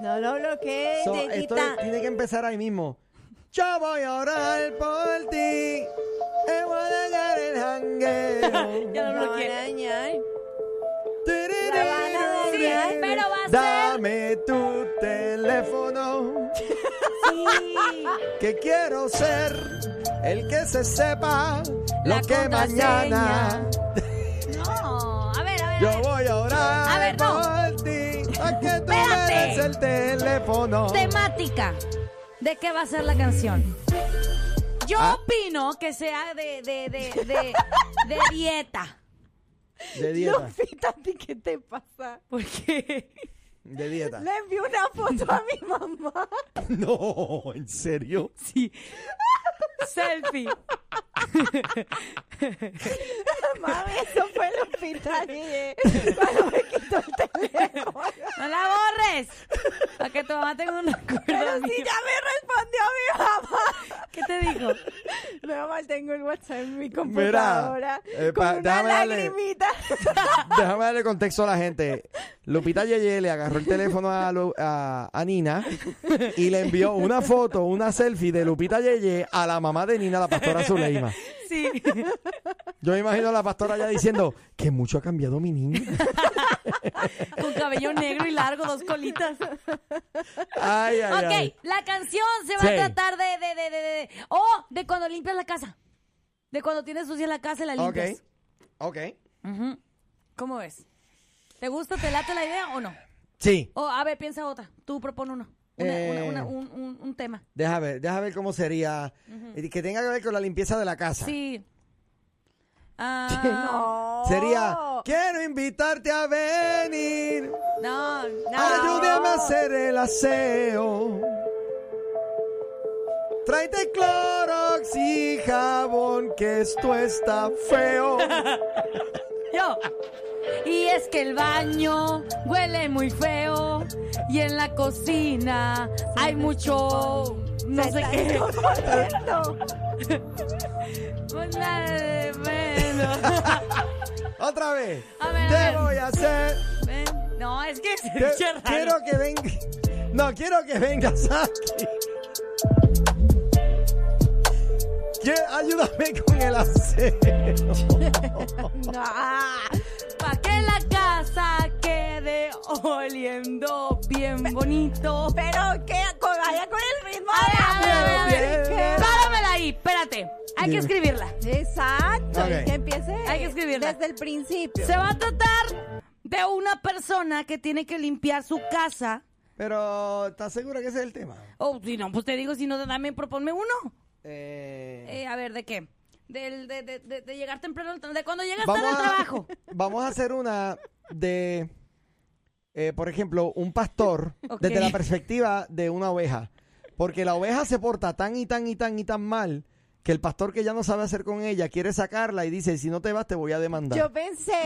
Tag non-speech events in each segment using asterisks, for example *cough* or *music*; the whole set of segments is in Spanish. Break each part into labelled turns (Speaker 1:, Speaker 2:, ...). Speaker 1: No lo bloquees,
Speaker 2: So, esto tiene que empezar ahí mismo. Yo voy a orar por ti. Te voy a dejar el jangueo.
Speaker 3: *laughs* ya lo bloqueé.
Speaker 2: Tiririru,
Speaker 1: La van a desear,
Speaker 2: ring.
Speaker 1: pero va a ser-
Speaker 2: Dame tu teléfono. *laughs* Que quiero ser el que se sepa
Speaker 3: La
Speaker 2: lo que
Speaker 3: contraseña.
Speaker 2: mañana.
Speaker 3: No, a ver, a ver.
Speaker 2: Yo voy a orar
Speaker 3: A ver, no.
Speaker 2: por ti. A que tú
Speaker 3: Espérate.
Speaker 2: me des el teléfono.
Speaker 3: Temática. ¿De qué va a ser la canción? Yo
Speaker 2: Ah.
Speaker 3: opino que sea de, de, de, de,
Speaker 2: *laughs*
Speaker 3: de dieta.
Speaker 2: De dieta.
Speaker 1: Lupita, ¿a ti qué te pasa?
Speaker 3: Porque
Speaker 2: De dieta.
Speaker 1: Le envié una foto a mi mamá.
Speaker 2: No, ¿en serio?
Speaker 3: sí. Selfie.
Speaker 1: Mami, eso fue Lupita
Speaker 2: *laughs*
Speaker 1: Guille. Cuando me quitó el teléfono.
Speaker 3: No la borres. Para que tu mamá tenga un recuerdo.
Speaker 1: Pero si
Speaker 3: mío.
Speaker 1: ya me respondió mi mamá.
Speaker 3: ¿Qué te dijo?
Speaker 1: Mi mamá tengo el WhatsApp en mi
Speaker 2: computadora
Speaker 1: computadora.
Speaker 2: eh,
Speaker 1: con
Speaker 2: pa-
Speaker 1: una
Speaker 2: déjame darle-
Speaker 1: lagrimita.
Speaker 2: *laughs* Déjame darle contexto a la gente. Lupita Yeye le agarró el teléfono a, Lu- a- a Nina y le envió una foto, una selfie de Lupita Yeye a la mamá de Nina, la pastora Zuleima.
Speaker 3: Sí.
Speaker 2: Yo me imagino a la pastora ya diciendo que mucho ha cambiado mi niña.
Speaker 3: Con cabello negro y largo, dos colitas.
Speaker 2: Ay, ay, ay.
Speaker 3: Ok, la canción se va
Speaker 2: Sí.
Speaker 3: a tratar de, de, de, de, de- oh, de cuando limpias la casa. De cuando tienes sucia la casa y la
Speaker 2: Ok.
Speaker 3: limpias.
Speaker 2: Ok.
Speaker 3: ¿Cómo ves? ¿Te gusta, te late la idea o no?
Speaker 2: Sí.
Speaker 3: O, a ver, piensa otra. Tú propon uno. Una-
Speaker 2: Eh.
Speaker 3: una- una- un, un- un tema.
Speaker 2: Deja ver, deja ver cómo sería. Eh, Que tenga que ver con la limpieza de la casa. *laughs*
Speaker 3: Sí. Ah,
Speaker 1: No.
Speaker 2: Sería, quiero invitarte a venir.
Speaker 3: Oh. No, no.
Speaker 2: Ayúdame a hacer el aseo. Tráete Clorox y jabón, que esto está
Speaker 3: *laughs*
Speaker 2: feo.
Speaker 3: Yo. Y es que el baño huele muy feo y en la cocina hay mucho no sé qué. Una Pues de menos.
Speaker 2: Otra vez.
Speaker 3: A ver, a
Speaker 2: Te
Speaker 3: ver.
Speaker 2: voy a
Speaker 3: *laughs*
Speaker 2: hacer.
Speaker 3: Ven. No, es que se
Speaker 2: que-
Speaker 3: escucha
Speaker 2: quiero
Speaker 3: raro.
Speaker 2: que venga. No, quiero que vengas aquí. Que- Ayúdame con el aseo.
Speaker 3: Pa' que la casa quede oliendo bien bonito.
Speaker 1: Pero que con- vaya con el ritmo
Speaker 3: A ver, a ver, a ver, a ver.
Speaker 1: de la música.
Speaker 3: Páramela ahí, espérate. Hay que
Speaker 2: Dime.
Speaker 3: escribirla.
Speaker 1: Exacto,
Speaker 2: Ok.
Speaker 1: y que empiece
Speaker 3: Hay que escribirla.
Speaker 1: desde el principio.
Speaker 3: Se va a tratar de una persona que tiene que limpiar su casa.
Speaker 2: Pero, ¿estás segura que ese es el tema?
Speaker 3: O si no, pues te digo, si no, dame, proponme uno.
Speaker 2: Eh,
Speaker 3: Eh, a ver, ¿de qué? Del, de, de- de- de llegar temprano al tra- De cuando llegas
Speaker 2: vamos
Speaker 3: tarde al
Speaker 2: a-
Speaker 3: trabajo.
Speaker 2: *laughs* *clears throat*
Speaker 3: *clears throat*
Speaker 2: Vamos a hacer una de, eh, por ejemplo, un pastor
Speaker 3: Ok.
Speaker 2: desde la perspectiva de una oveja. Porque la oveja se porta tan y tan y tan y tan mal que el pastor que ya no sabe hacer con ella quiere sacarla y dice, si no te vas te voy a demandar.
Speaker 1: Yo pensé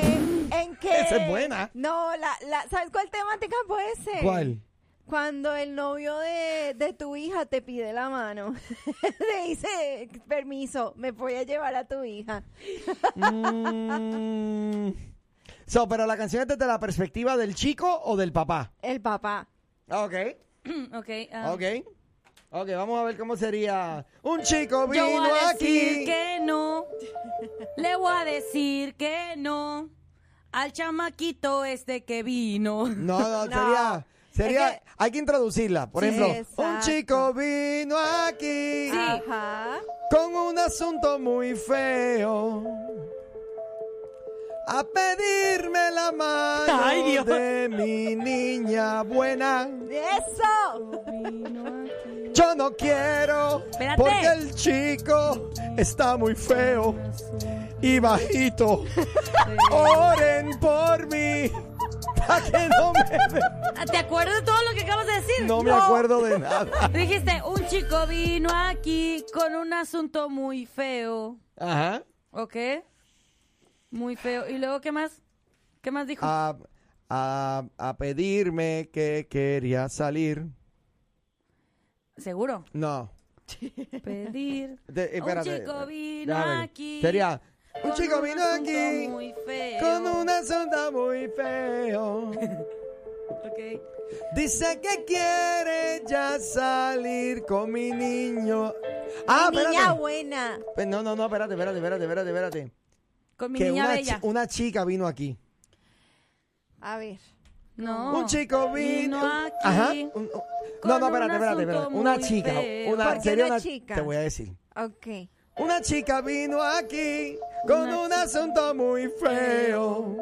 Speaker 1: en que.
Speaker 2: *laughs* Esa es buena.
Speaker 1: No, la, la, ¿sabes cuál temática puede ser?
Speaker 2: ¿Cuál?
Speaker 1: *laughs* Cuando el novio de, de tu hija te pide la mano, *laughs* le dice, permiso, me voy a llevar a tu hija.
Speaker 2: Mm. So, pero la canción es desde la perspectiva del chico o del papá.
Speaker 1: El papá.
Speaker 2: Ok,
Speaker 3: ok. ah.
Speaker 2: ok. Ok, vamos a ver cómo sería. Un chico
Speaker 3: Yo voy
Speaker 2: vino
Speaker 3: a decir
Speaker 2: aquí.
Speaker 3: que no. Le voy a decir que no. Al chamaquito este
Speaker 2: *laughs*
Speaker 3: que vino.
Speaker 2: No,
Speaker 3: *laughs*
Speaker 2: no,
Speaker 1: No.
Speaker 2: sería. Sería,
Speaker 1: Es que-
Speaker 2: hay que introducirla. Por
Speaker 1: Sí,
Speaker 2: ejemplo, un
Speaker 1: exacto.
Speaker 2: chico vino aquí
Speaker 1: Ajá.
Speaker 2: con un asunto muy feo a pedirme la mano
Speaker 3: Ay, Dios.
Speaker 2: de mi niña buena.
Speaker 1: ¡Eso!
Speaker 2: Yo no quiero
Speaker 3: Espérate.
Speaker 2: porque el chico está muy feo
Speaker 3: *laughs*
Speaker 2: y bajito. Oren por mí. hasta que no
Speaker 3: *laughs*
Speaker 2: me,
Speaker 3: ¿Te acuerdas de todo lo que acabas de decir?
Speaker 2: no me acuerdo de nada.
Speaker 3: Dijiste, un chico vino aquí con un asunto muy feo.
Speaker 2: Ajá.
Speaker 3: ¿Ok? Muy feo. ¿Y luego qué más? ¿Qué más dijo?
Speaker 2: A, a, a pedirme que quería salir.
Speaker 3: Seguro.
Speaker 2: No.
Speaker 3: Pedir.
Speaker 2: De- espérate.
Speaker 3: Un chico vino
Speaker 2: Déjame ver.
Speaker 3: aquí.
Speaker 2: Sería, *laughs*
Speaker 3: con
Speaker 2: un chico vino
Speaker 3: asunto
Speaker 2: aquí
Speaker 3: Muy feo.
Speaker 2: con una sonda muy feo.
Speaker 3: Ok.
Speaker 2: Dice que quiere ya salir con mi niño. Ah,
Speaker 1: Niña
Speaker 2: espérate.
Speaker 1: buena.
Speaker 2: Pe- No, no, no, espérate, espérate, espérate, espérate, espérate.
Speaker 3: Con mi
Speaker 2: que
Speaker 3: niña
Speaker 2: una,
Speaker 3: bella.
Speaker 2: chi- una chica vino aquí.
Speaker 1: A ver.
Speaker 3: No.
Speaker 2: Un chico vino.
Speaker 3: Oh, aquí.
Speaker 2: Ajá. un- un- no, no,
Speaker 3: con un
Speaker 2: espérate, espérate, espérate.
Speaker 3: asunto
Speaker 2: Una
Speaker 3: muy
Speaker 2: chica.
Speaker 3: feo.
Speaker 2: Una,
Speaker 1: ¿Por qué
Speaker 2: sería
Speaker 1: una
Speaker 2: una
Speaker 1: chica?
Speaker 2: Te voy a decir.
Speaker 1: Ok.
Speaker 2: Una chica vino aquí con
Speaker 3: Una
Speaker 2: un
Speaker 3: chica.
Speaker 2: asunto muy feo.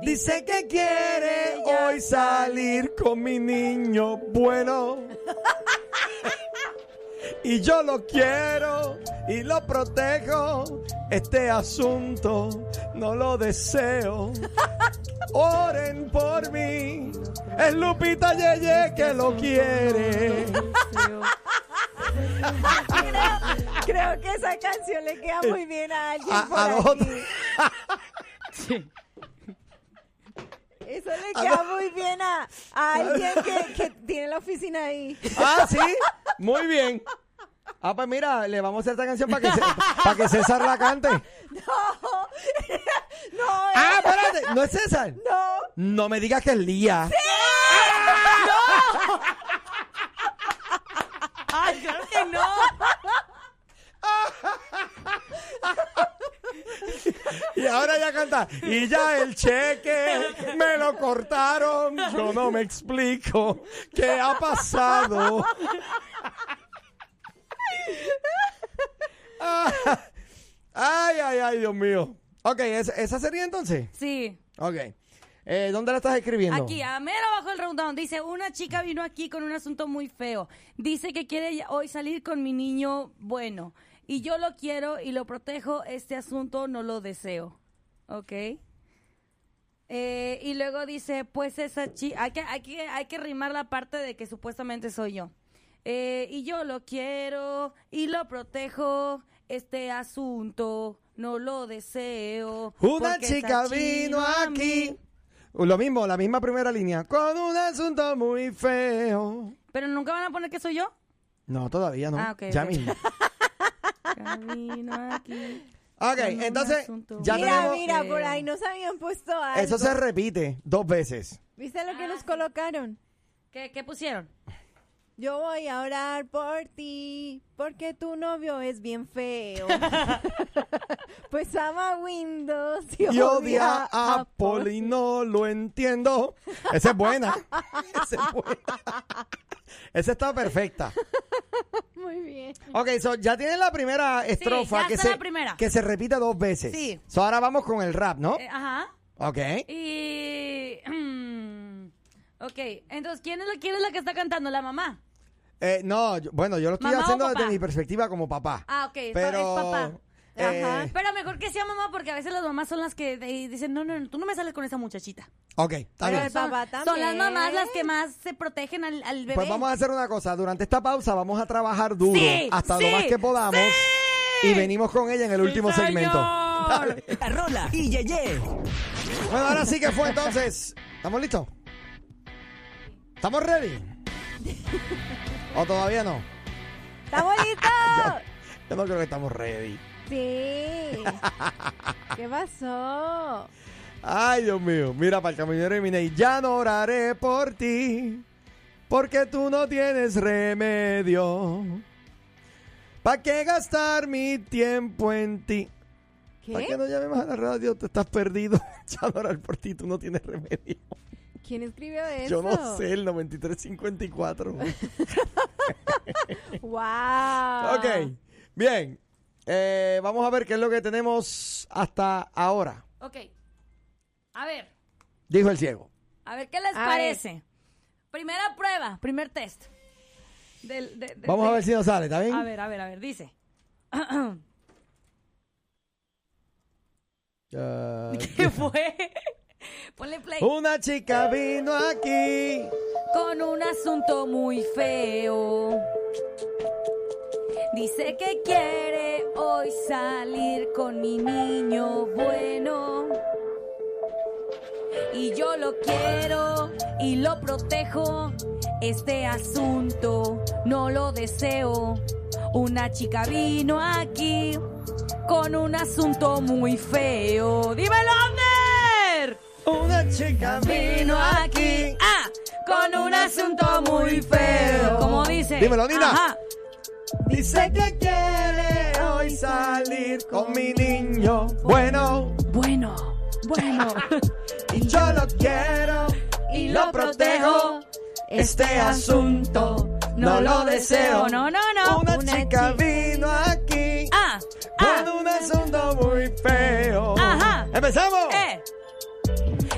Speaker 2: Dice que quiere
Speaker 3: ya
Speaker 2: hoy salir con mi niño bueno. Y yo lo quiero y lo protejo. Este asunto no lo deseo. Oren por mí. Es Lupita Yeye que lo quiere.
Speaker 1: Creo que esa canción le queda muy bien a alguien
Speaker 2: A-
Speaker 1: por
Speaker 2: a los
Speaker 1: aquí.
Speaker 2: otros.
Speaker 1: Eso le queda muy bien a, a alguien que, que tiene la oficina ahí. *laughs*
Speaker 2: Ah, sí. Muy bien. Ah, pues mira, le vamos a hacer esta canción para que, Ce- para que César la cante.
Speaker 1: No, no,
Speaker 2: Ah, espérate, no es César.
Speaker 1: no.
Speaker 2: No me digas que es Lía.
Speaker 3: Ay, claro que no.
Speaker 2: Y ahora ya canta. Y ya el cheque me lo cortaron. Yo no me explico qué ha pasado. Ah, Ay, ay, ay, Dios mío. Ok, ¿es- ¿esa sería entonces?
Speaker 3: Sí.
Speaker 2: Ok. Eh, ¿Dónde la estás escribiendo?
Speaker 3: Aquí, a mero abajo del rounddown, dice, una chica vino aquí con un asunto muy feo. Dice que quiere ya- hoy salir con mi niño bueno. Y yo lo quiero y lo protejo, este asunto no lo deseo. ¿Ok? Eh, y luego dice, pues esa chica, hay que, hay, que, hay que rimar la parte de que supuestamente soy yo. Eh, y yo lo quiero y lo protejo, este asunto no lo deseo.
Speaker 2: Una
Speaker 3: porque esa
Speaker 2: chica vino
Speaker 3: a mí
Speaker 2: aquí. Lo mismo, la misma primera línea. Con un asunto muy feo.
Speaker 3: Pero nunca van a poner que soy yo.
Speaker 2: No, todavía no.
Speaker 3: Ah, ok,
Speaker 2: ya
Speaker 3: ok. *laughs*
Speaker 2: mismo.
Speaker 3: Camino aquí.
Speaker 2: Ok,
Speaker 3: Con un
Speaker 2: entonces
Speaker 3: asunto
Speaker 2: ya
Speaker 3: muy
Speaker 1: mira,
Speaker 2: tenemos.
Speaker 1: mira, por ahí nos habían puesto algo.
Speaker 2: Eso se repite dos veces.
Speaker 1: ¿Viste lo que nos colocaron?
Speaker 3: *laughs* ¿Qué, qué pusieron?
Speaker 1: Yo voy a orar por ti, porque tu novio es bien feo. pues ama Windows y,
Speaker 2: Y odia a Apple y
Speaker 1: Polino.
Speaker 2: no lo entiendo. Esa es
Speaker 3: *laughs*
Speaker 2: buena. Esa es buena. Esa está perfecta.
Speaker 1: Muy bien.
Speaker 2: Ok, so ya tienes la primera estrofa
Speaker 3: ya
Speaker 2: que,
Speaker 3: está
Speaker 2: se,
Speaker 3: la primera.
Speaker 2: que se repite dos veces.
Speaker 3: Sí.
Speaker 2: So ahora vamos con el rap, ¿no?
Speaker 3: Eh, ajá.
Speaker 2: Ok.
Speaker 3: Y. *clears throat* ok, entonces, ¿quién es, la, ¿quién es la que está cantando? ¿La mamá?
Speaker 2: Eh, no, yo- bueno, yo lo estoy
Speaker 3: ¿Mamá o
Speaker 2: haciendo
Speaker 3: papá?
Speaker 2: desde mi perspectiva como papá.
Speaker 3: Ah, ok, es pa-
Speaker 2: pero,
Speaker 3: es papá.
Speaker 2: eh,
Speaker 1: Ajá.
Speaker 3: Pero mejor que sea mamá porque a veces las mamás son las que de- dicen, no, no, no, tú no me sales con esa muchachita.
Speaker 2: Ok, está
Speaker 1: Pero
Speaker 2: bien.
Speaker 1: el papá
Speaker 3: son, son las
Speaker 1: también.
Speaker 3: mamás las que más se protegen al, al bebé.
Speaker 2: Pues vamos a hacer una cosa. Durante esta pausa vamos a trabajar duro
Speaker 3: Sí,
Speaker 2: hasta
Speaker 3: sí,
Speaker 2: lo más que podamos.
Speaker 3: sí.
Speaker 2: Y venimos con ella en el último
Speaker 3: ¡Sí,
Speaker 2: segmento. *laughs*
Speaker 3: señor!
Speaker 2: Dale.
Speaker 4: Rola y Yeye.
Speaker 2: Bueno, ahora sí que fue entonces. ¿Estamos listos? ¿Estamos ready? ¿O todavía no?
Speaker 1: ¿Estamos
Speaker 2: *laughs*
Speaker 1: listos?
Speaker 2: Yo no creo que estamos ready.
Speaker 1: sí. ¿Qué pasó?
Speaker 2: Ay, Dios mío. Mira, para el camionero Eminei, ya no oraré por ti, porque tú no tienes remedio. ¿Para qué gastar mi tiempo en ti? ¿Para qué
Speaker 1: ¿Qué?
Speaker 2: no llames a la radio? Te estás perdido. *laughs* ya no orar por ti, tú no tienes remedio.
Speaker 1: ¿Quién escribió eso?
Speaker 2: Yo no sé, el 9354.
Speaker 1: Wow.
Speaker 2: ok, bien. Eh, vamos a ver qué es lo que tenemos hasta ahora,
Speaker 3: Ok. A ver,
Speaker 2: dijo el ciego.
Speaker 3: a ver, ¿qué les
Speaker 1: A
Speaker 3: parece? Primera prueba, primer test. Del- de- de-
Speaker 2: Vamos a
Speaker 3: de-
Speaker 2: ver si nos sale, ¿está bien?
Speaker 3: A ver, a ver, a ver, dice.
Speaker 2: Ah,
Speaker 3: ¿Qué *laughs* fue? Ponle play.
Speaker 2: Una chica vino aquí.
Speaker 3: con un asunto muy feo. Dice que quiere hoy salir con mi niño bueno. Y yo lo quiero y lo protejo. Este asunto no lo deseo. Una chica vino aquí con un asunto muy feo. ¡Dímelo, Ander!
Speaker 2: Una chica
Speaker 3: vino aquí ah, con un asunto muy feo. Como dice.
Speaker 2: Dímelo, Nina.
Speaker 3: Ajá.
Speaker 2: Dice que quiere hoy salir con mi niño. Bueno,
Speaker 3: Bueno, bueno.
Speaker 2: y yo lo quiero *laughs*
Speaker 3: y lo protejo.
Speaker 2: Este asunto no lo deseo.
Speaker 3: No, no, no.
Speaker 2: Una,
Speaker 1: Una
Speaker 2: chica
Speaker 1: chica.
Speaker 2: vino aquí
Speaker 3: Ah, ah,
Speaker 2: con un asunto muy feo.
Speaker 3: Ajá.
Speaker 2: ¡Empezamos!
Speaker 3: eh.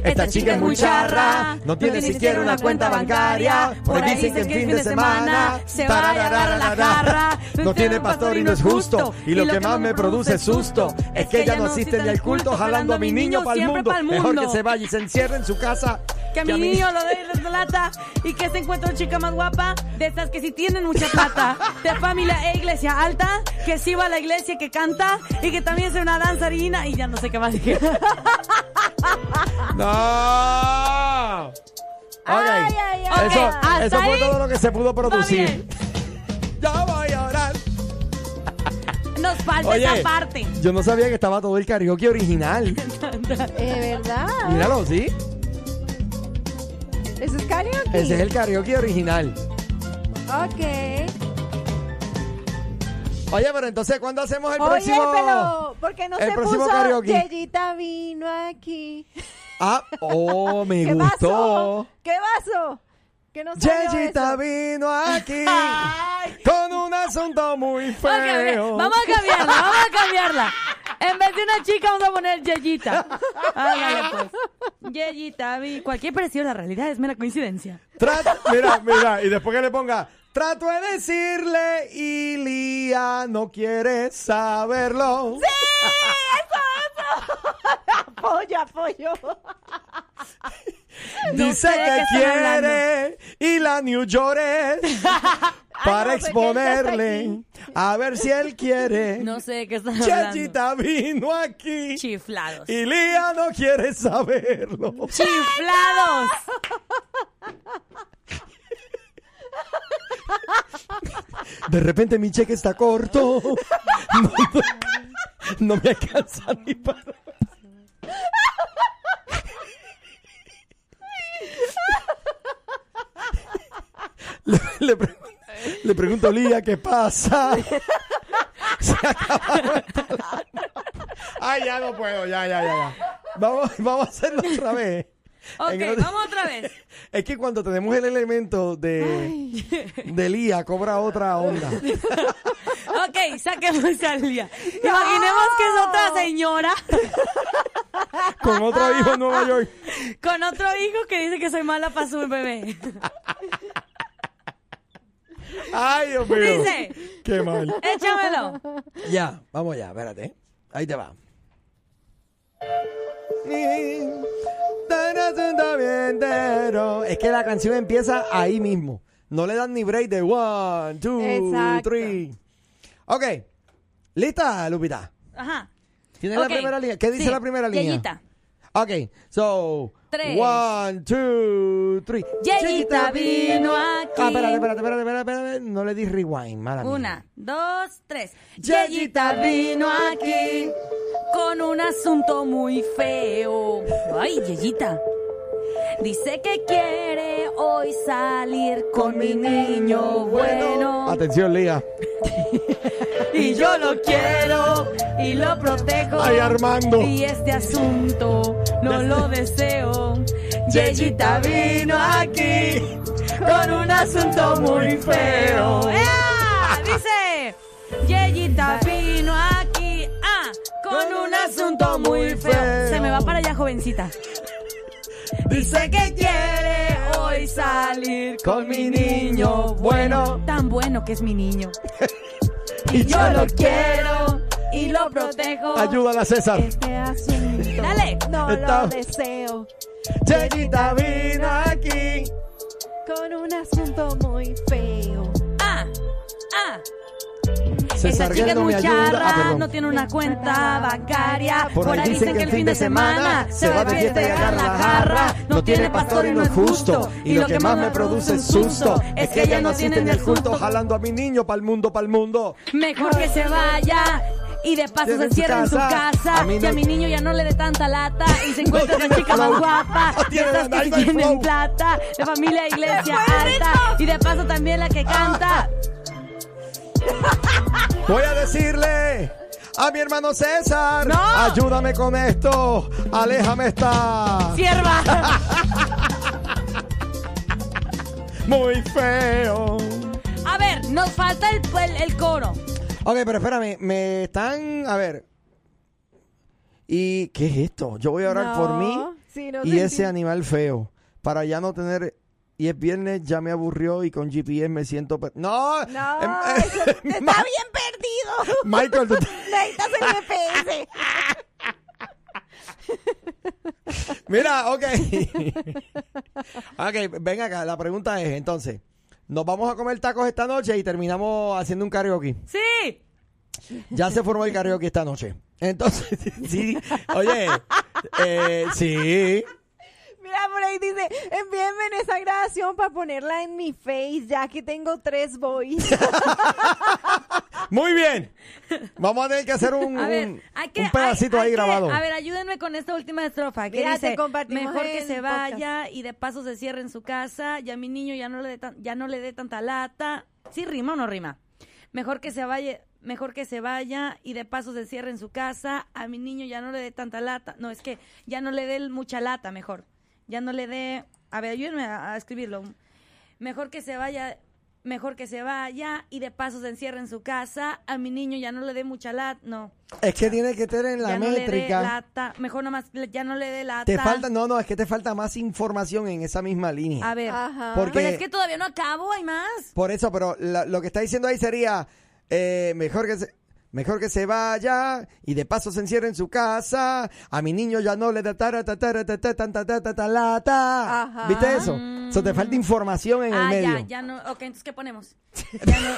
Speaker 2: Esta chica es muy charra, no tiene
Speaker 3: ni
Speaker 2: siquiera una cuenta bancaria. Por ahí dicen que el fin de semana se va a llevar a la jarra. No tiene pastor y no es justo. Y lo que más me produce susto es que ella no asiste ni al culto, jalando a mi niño para el
Speaker 3: siempre
Speaker 2: mundo.
Speaker 3: pa'l
Speaker 2: Mejor que
Speaker 3: mundo.
Speaker 2: se vaya y se encierre en su casa.
Speaker 3: Que a mi niño lo dé y lata y que se encuentra una chica más guapa de estas que sí tienen mucha plata, de familia e iglesia alta, que sí va a la iglesia, que canta y que también es una danzarina y ya no sé qué más dije. *laughs*
Speaker 2: ¡No!
Speaker 1: Ay, ay, ay.
Speaker 2: Eso,
Speaker 3: Hasta
Speaker 2: eso fue
Speaker 3: ahí
Speaker 2: todo lo que se pudo producir.
Speaker 3: bien.
Speaker 2: Yo voy a orar.
Speaker 3: Nos falta
Speaker 2: Oye.
Speaker 3: esa parte.
Speaker 2: Yo no sabía que estaba todo el karaoke original.
Speaker 1: Eh, ¿verdad?
Speaker 2: Míralo, ¿sí?
Speaker 1: ¿Eso es karaoke?
Speaker 2: Ese es el karaoke original.
Speaker 1: Ok.
Speaker 2: Oye, pero entonces, ¿cuándo hacemos el
Speaker 1: Oye,
Speaker 2: próximo?
Speaker 1: pero ¿por qué no
Speaker 2: el
Speaker 1: se
Speaker 2: próximo
Speaker 1: puso
Speaker 2: karaoke.
Speaker 1: Yeyita vino aquí?
Speaker 2: Ah,
Speaker 1: *laughs*
Speaker 2: oh, me
Speaker 1: ¿Qué
Speaker 2: gustó.
Speaker 1: pasó? ¿Qué pasó? ¿Qué no salió
Speaker 2: Yeyita
Speaker 1: eso? *laughs*
Speaker 2: vino aquí con un asunto muy
Speaker 3: Ok, ok,
Speaker 2: feo.
Speaker 3: Vamos a cambiarla, vamos a cambiarla. En vez de una chica, vamos a poner Yeyita. Ándale, pues. Yeyita, vi- cualquier parecido a la realidad es mera coincidencia.
Speaker 2: Trato- mira, mira, y después que le ponga, trato de decirle y Lía no quiere saberlo.
Speaker 1: Apoyo, apoyo.
Speaker 3: No
Speaker 2: Dice
Speaker 3: sé de qué
Speaker 2: que
Speaker 3: están
Speaker 2: quiere y la New York para
Speaker 1: no, porque él ya está
Speaker 2: exponerle
Speaker 1: aquí.
Speaker 2: a ver si él quiere.
Speaker 3: *laughs* No sé de qué están hablando.
Speaker 2: Chachita vino aquí
Speaker 3: Chiflados.
Speaker 2: y Lía no quiere saberlo.
Speaker 3: Chiflados.
Speaker 2: De repente mi cheque está
Speaker 3: *laughs*
Speaker 2: corto. No, no- no me alcanza ni para. Le, le pre- le pregunto a Lía qué pasa. Se acabó el programa. Ay, ya no puedo, ya, ya, ya. ya. Vamos, vamos a hacerlo otra vez.
Speaker 3: Ok,
Speaker 2: En otro-
Speaker 3: vamos otra vez.
Speaker 2: es que cuando tenemos el elemento de, de Lía, cobra otra
Speaker 3: *laughs*
Speaker 2: onda.
Speaker 3: Ok, saquemos al día. Imaginemos que es otra señora
Speaker 2: Con otro hijo en Nueva York.
Speaker 3: con otro hijo que dice que soy mala para su bebé.
Speaker 2: Ay, Dios mío.
Speaker 3: Dice.
Speaker 2: Qué mal.
Speaker 3: Échamelo.
Speaker 2: Ya, vamos ya, espérate. Ahí te va. Es que la canción empieza ahí mismo. No le dan ni break de one, two,
Speaker 1: Exacto.
Speaker 2: three. Ok. ¿Lista, Lupita?
Speaker 3: Ajá.
Speaker 2: ¿Tienes
Speaker 3: Ok.
Speaker 2: la primera línea? ¿Qué dice
Speaker 3: Sí,
Speaker 2: la primera línea?
Speaker 3: Yeyita.
Speaker 2: Ok, so.
Speaker 3: Tres.
Speaker 2: One, two, three.
Speaker 3: Yeyita vino aquí.
Speaker 2: Ah, espérate, espérate, espérate, espérate, espérate. No le di rewind, mala mía.
Speaker 3: Una, dos, tres.
Speaker 2: Yeyita
Speaker 3: Yeyita vino aquí con un asunto muy feo. Ay, Yeyita. Dice que quiere hoy salir con mi niño bueno.
Speaker 2: Atención, Lía.
Speaker 3: Y yo lo quiero y lo protejo.
Speaker 2: Ay, Armando.
Speaker 3: Y este asunto no lo deseo. Yeyita vino aquí con un asunto muy feo. *laughs* ¡Ea! Dice, Yeyita vino aquí ah, con un asunto muy feo. Se me va para allá, jovencita. Dice que quiere hoy salir con mi niño bueno. Tan bueno que es mi niño. Y yo lo quiero y lo protejo.
Speaker 2: Ayúdala, César.
Speaker 3: Este asunto
Speaker 1: momento.
Speaker 3: Dale.
Speaker 1: No lo
Speaker 2: Estamos-
Speaker 1: deseo.
Speaker 2: Chequita vino aquí.
Speaker 1: Con un asunto muy feo.
Speaker 3: Ah, ah. Esa
Speaker 2: César
Speaker 3: chica es
Speaker 2: Guerrero me
Speaker 3: muy
Speaker 2: ayuda. Ah,
Speaker 3: charra,
Speaker 2: perdón.
Speaker 3: no tiene una cuenta bancaria.
Speaker 2: Por ahí dicen que el fin de semana se va de fiesta y agarra la jarra. No tiene pastor y no es justo. Y lo que más me produce es susto es que ella no tiene ni el culto. Jalando a mi niño pa'l mundo, pa'l mundo.
Speaker 3: Mejor que se vaya y de paso
Speaker 2: Tiene
Speaker 3: se cierra en su casa.
Speaker 2: A mí
Speaker 3: Que
Speaker 2: no-
Speaker 3: a mi niño ya no le dé tanta lata y se encuentra una chica más
Speaker 2: flow.
Speaker 3: guapa.
Speaker 2: No
Speaker 3: de
Speaker 2: tiene
Speaker 3: estas
Speaker 2: nada,
Speaker 3: que
Speaker 2: no hay
Speaker 3: tienen
Speaker 2: flow.
Speaker 3: plata, de familia iglesia alta y de paso también la que canta.
Speaker 2: Voy a decirle a mi hermano César,
Speaker 3: No.
Speaker 2: ayúdame con esto, aléjame esta.
Speaker 3: Sierva,
Speaker 2: Muy feo.
Speaker 3: a ver, nos falta el, el- el coro.
Speaker 2: Ok, pero espérame, me están, a ver. ¿Y qué es esto? Yo voy a orar
Speaker 1: No,
Speaker 2: por mí
Speaker 1: sí, no
Speaker 2: y
Speaker 1: sentí-
Speaker 2: ese animal feo para ya no tener y es viernes, ya me aburrió y con GPS me siento... per- No,
Speaker 1: No,
Speaker 2: Em,
Speaker 1: eso-
Speaker 2: eh, *laughs*
Speaker 1: está bien
Speaker 2: Ma-
Speaker 1: perdido.
Speaker 2: Michael, tú te-
Speaker 1: Necesitas
Speaker 2: *laughs*
Speaker 1: el GPS.
Speaker 2: Mira, ok. *laughs* ok, ven acá. La pregunta es, entonces, nos vamos a comer tacos esta noche y terminamos haciendo un karaoke.
Speaker 3: Sí.
Speaker 2: Ya se formó el karaoke esta noche. Entonces, *laughs* sí, oye, eh, sí.
Speaker 1: Mira, por ahí dice, envíenme en esa grabación para ponerla en mi face, ya que tengo tres boys.
Speaker 2: Muy bien. Vamos a tener que hacer un,
Speaker 3: A ver,
Speaker 2: un-
Speaker 3: hay que,
Speaker 2: un pedacito
Speaker 3: hay-
Speaker 2: ahí
Speaker 3: hay que-
Speaker 2: grabado.
Speaker 3: A ver, ayúdenme con esta última estrofa. Que
Speaker 1: Mira, te
Speaker 3: dice,
Speaker 1: compartimos
Speaker 3: mejor que
Speaker 1: el
Speaker 3: se vaya y de paso se cierre en su casa. Y a mi niño ya no le dé tan- ya no le dé tanta lata. ¿Sí rima o no rima? Mejor que se vaya, mejor que se vaya y de paso se cierre en su casa. A mi niño ya no le dé tanta lata. No, es que ya no le dé mucha lata, mejor. Ya no le dé. A ver, ayúdenme a, a escribirlo. Mejor que se vaya, mejor que se vaya y de paso se encierre en su casa. A mi niño ya no le dé mucha lata. No
Speaker 2: es que tiene que tener en la
Speaker 3: ya No le dé
Speaker 2: métrica.
Speaker 3: lata. Mejor nomás, le- ya no le dé lata.
Speaker 2: te falta, no, no, es que te falta más información en esa misma línea.
Speaker 3: A ver.
Speaker 1: Ajá.
Speaker 2: Porque-
Speaker 3: Pero es que todavía no acabo, hay más.
Speaker 2: Por eso, pero la- lo que está diciendo ahí sería eh, mejor que se, mejor que se vaya y de paso se encierre en su casa. A mi niño ya no le da tara, ta, tara, ta, ta, tan, ta, ta, ta, ta, la, ta.
Speaker 1: Ajá.
Speaker 2: ¿Viste eso? Eso te falta información en el
Speaker 3: ah,
Speaker 2: medio.
Speaker 3: ya, ya no. Ok, entonces, ¿qué ponemos? Ya no-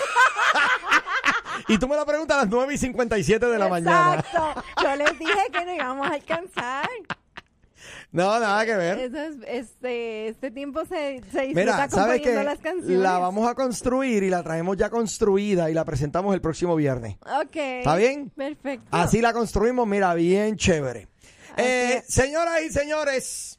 Speaker 2: Y tú me lo preguntas a las 9 y 57 *laughs* de la mañana. *laughs*
Speaker 1: Exacto. Yo les dije que no íbamos a alcanzar.
Speaker 2: No, nada que ver.
Speaker 1: Eso es- este, este tiempo se, se disfruta
Speaker 2: Mira, ¿sabes
Speaker 1: acompañando
Speaker 2: qué?
Speaker 1: las canciones.
Speaker 2: La vamos a construir y la traemos ya construida y la presentamos el próximo viernes.
Speaker 1: Ok.
Speaker 2: ¿Está bien?
Speaker 1: Perfecto.
Speaker 2: Así la construimos, mira, bien chévere. Eh,
Speaker 1: es.
Speaker 2: señoras y señores,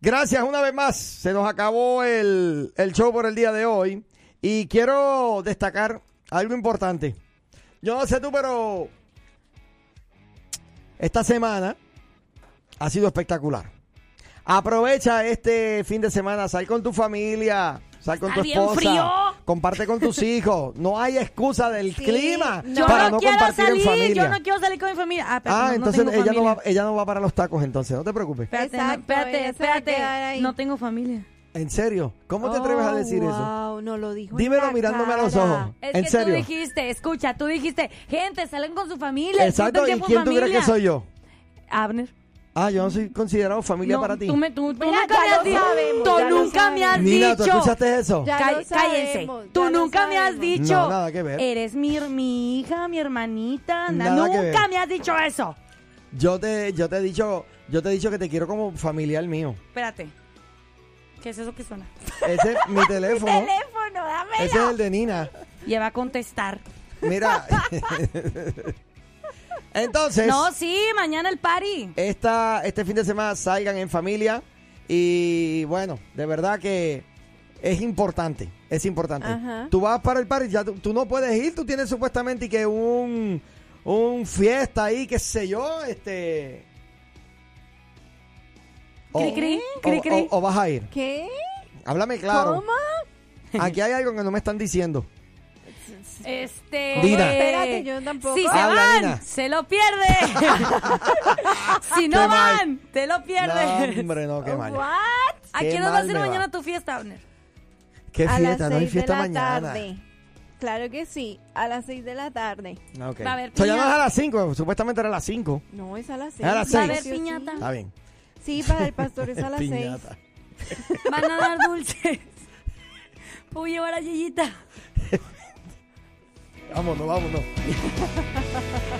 Speaker 2: gracias una vez más. Se nos acabó el, el show por el día de hoy. Y quiero destacar algo importante. Yo no sé tú, pero esta semana ha sido espectacular. Aprovecha este fin de semana, sal con tu familia, sal con
Speaker 3: Está
Speaker 2: tu
Speaker 3: bien
Speaker 2: esposa,
Speaker 3: frío.
Speaker 2: comparte con tus hijos. No hay excusa del
Speaker 1: Sí,
Speaker 2: clima
Speaker 1: no.
Speaker 3: yo
Speaker 2: para
Speaker 3: no,
Speaker 2: no,
Speaker 3: quiero
Speaker 2: compartir
Speaker 3: salir,
Speaker 2: en familia.
Speaker 3: yo no quiero salir con mi familia. Ah, pero
Speaker 2: ah,
Speaker 3: no,
Speaker 2: entonces
Speaker 3: no tengo
Speaker 2: ella, no
Speaker 3: familia.
Speaker 2: va, ella no va para los tacos, entonces, no te preocupes.
Speaker 3: Espérate, no,
Speaker 1: Exacto,
Speaker 3: espérate,
Speaker 1: ella se va a
Speaker 3: espérate.
Speaker 1: quedar ahí.
Speaker 3: No tengo familia.
Speaker 2: En serio, ¿cómo te
Speaker 3: Oh,
Speaker 2: atreves a decir eso?
Speaker 1: Oh, Wow, no lo dijo. en
Speaker 2: Dímelo
Speaker 1: la
Speaker 2: mirándome a los
Speaker 1: cara.
Speaker 2: ojos.
Speaker 3: Es
Speaker 2: en
Speaker 3: que
Speaker 2: serio.
Speaker 3: tú dijiste, escucha, tú dijiste, gente, salen con su familia.
Speaker 2: Exacto,
Speaker 3: disfruten
Speaker 2: ¿y
Speaker 3: tiempo en
Speaker 2: quién tú crees
Speaker 3: familia.
Speaker 2: que soy yo?
Speaker 3: Abner.
Speaker 2: Ah, yo no soy considerado familia
Speaker 3: No,
Speaker 2: para ti.
Speaker 3: Tú, me, tú, tú
Speaker 1: Mira,
Speaker 3: nunca
Speaker 1: ya
Speaker 3: me has
Speaker 1: lo
Speaker 3: dicho.
Speaker 1: sabemos,
Speaker 3: Tú
Speaker 1: ya lo
Speaker 3: nunca me has
Speaker 2: Nina, ¿tú
Speaker 3: dicho.
Speaker 2: escuchaste eso?
Speaker 1: Ya
Speaker 3: Cá-
Speaker 1: lo
Speaker 3: cállense.
Speaker 1: sabemos, ya
Speaker 3: Tú
Speaker 1: lo
Speaker 3: nunca me has
Speaker 1: sabemos.
Speaker 3: dicho.
Speaker 2: No, nada que ver.
Speaker 3: Eres mi, mi hija, mi hermanita. na-
Speaker 2: Nada que
Speaker 3: nunca
Speaker 2: ver.
Speaker 3: me has dicho eso.
Speaker 2: Yo te, yo te he dicho, yo te he dicho que te quiero como familiar mío.
Speaker 3: Espérate. ¿Qué es eso que suena?
Speaker 2: Ese es
Speaker 3: *laughs*
Speaker 2: mi teléfono.
Speaker 1: Teléfono, dame.
Speaker 2: Ese es el de Nina.
Speaker 3: Ya va a contestar.
Speaker 2: Mira.
Speaker 3: *laughs*
Speaker 2: *laughs* Entonces,
Speaker 3: No, sí, mañana el party.
Speaker 2: esta, este fin de semana salgan en familia. Y bueno, de verdad que es importante. Es importante.
Speaker 1: Ajá.
Speaker 2: Tú vas para el party, ya tú, tú no puedes ir, tú tienes supuestamente que un, un fiesta ahí, qué sé yo, este. O-
Speaker 3: Cri, cri,
Speaker 2: o-
Speaker 3: cri, cri.
Speaker 2: o- o vas a ir.
Speaker 1: ¿Qué?
Speaker 2: Háblame claro.
Speaker 1: ¿Cómo?
Speaker 2: Aquí hay algo que no me están diciendo.
Speaker 3: Este.
Speaker 2: Dina.
Speaker 1: Espérate, yo tampoco.
Speaker 3: Si se
Speaker 2: Habla,
Speaker 3: van,
Speaker 2: Dina.
Speaker 3: se lo pierde.
Speaker 2: *laughs*
Speaker 3: si no
Speaker 2: Qué mal.
Speaker 3: van, te lo *laughs* pierdes.
Speaker 2: No, hombre, no, qué mal.
Speaker 1: What?
Speaker 3: ¿A
Speaker 2: qué
Speaker 3: quién nos
Speaker 2: mal
Speaker 3: vas a ir
Speaker 2: me va.
Speaker 3: mañana a tu fiesta, Abner?
Speaker 2: Qué
Speaker 1: a las
Speaker 2: fiesta, no hay
Speaker 1: seis
Speaker 2: fiesta
Speaker 1: de la
Speaker 2: mañana.
Speaker 1: tarde. Claro que sí, a las 6 de la tarde.
Speaker 2: Ok.
Speaker 3: Va a haber
Speaker 2: O sea, ya no es
Speaker 3: piña.
Speaker 2: a las 5, supuestamente era a las 5.
Speaker 1: No, es a las 6.
Speaker 2: a las
Speaker 3: Va a
Speaker 2: seis.
Speaker 3: haber piñata.
Speaker 2: Está bien.
Speaker 1: Sí, para el pastor es a las 6.
Speaker 2: Piñata.
Speaker 3: Van a dar dulces. *laughs* Puedo llevar a Yeyita.
Speaker 2: Vámonos, vámonos.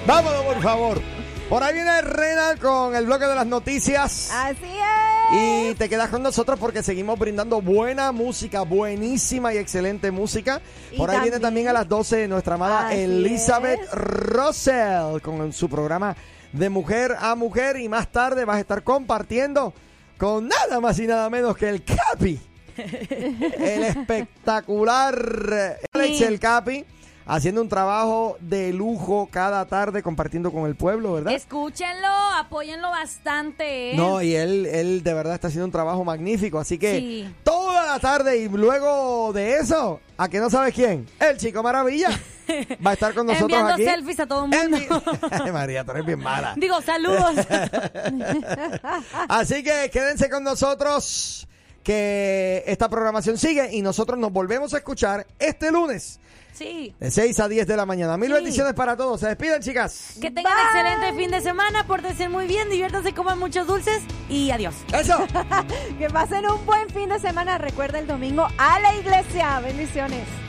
Speaker 2: vámonos, por favor. Por ahí viene Rena con el bloque de las noticias.
Speaker 1: Así es.
Speaker 2: Y te quedas con nosotros porque seguimos brindando buena música, buenísima y excelente música.
Speaker 1: Y
Speaker 2: Por ahí viene
Speaker 1: también-
Speaker 2: también a las 12 nuestra amada
Speaker 1: Así
Speaker 2: Elizabeth
Speaker 1: es.
Speaker 2: Russell con su programa de mujer a mujer. Y más tarde vas a estar compartiendo con nada más y nada menos que el
Speaker 1: *laughs*
Speaker 2: Capi. el espectacular Alex el Capi. Haciendo un trabajo de lujo cada tarde compartiendo con el pueblo, ¿verdad?
Speaker 3: Escúchenlo, apóyenlo bastante. ¿eh?
Speaker 2: No, y él, él de verdad está haciendo un trabajo magnífico. Así que
Speaker 3: Sí.
Speaker 2: toda la tarde y luego de eso, ¿a que no sabes quién? El Chico
Speaker 3: *laughs*
Speaker 2: Maravilla va a estar con nosotros
Speaker 3: Enviando
Speaker 2: aquí.
Speaker 3: selfies a todo el mundo.
Speaker 2: Envi- *laughs* Ay, María, tú eres bien mala. *laughs*
Speaker 3: Digo, saludos. *laughs*
Speaker 2: Así que quédense con nosotros que esta programación sigue y nosotros nos volvemos a escuchar este lunes
Speaker 3: Sí.
Speaker 2: de 6 a 10 de la mañana. Mil
Speaker 3: Sí.
Speaker 2: bendiciones para todos. Se despiden, chicas.
Speaker 3: Que tengan excelente fin de semana, pórtense muy bien, diviértanse, coman muchos dulces y adiós.
Speaker 2: Eso.
Speaker 1: Que pasen un buen fin de semana. Recuerda el domingo a la iglesia. Bendiciones.
Speaker 2: *laughs*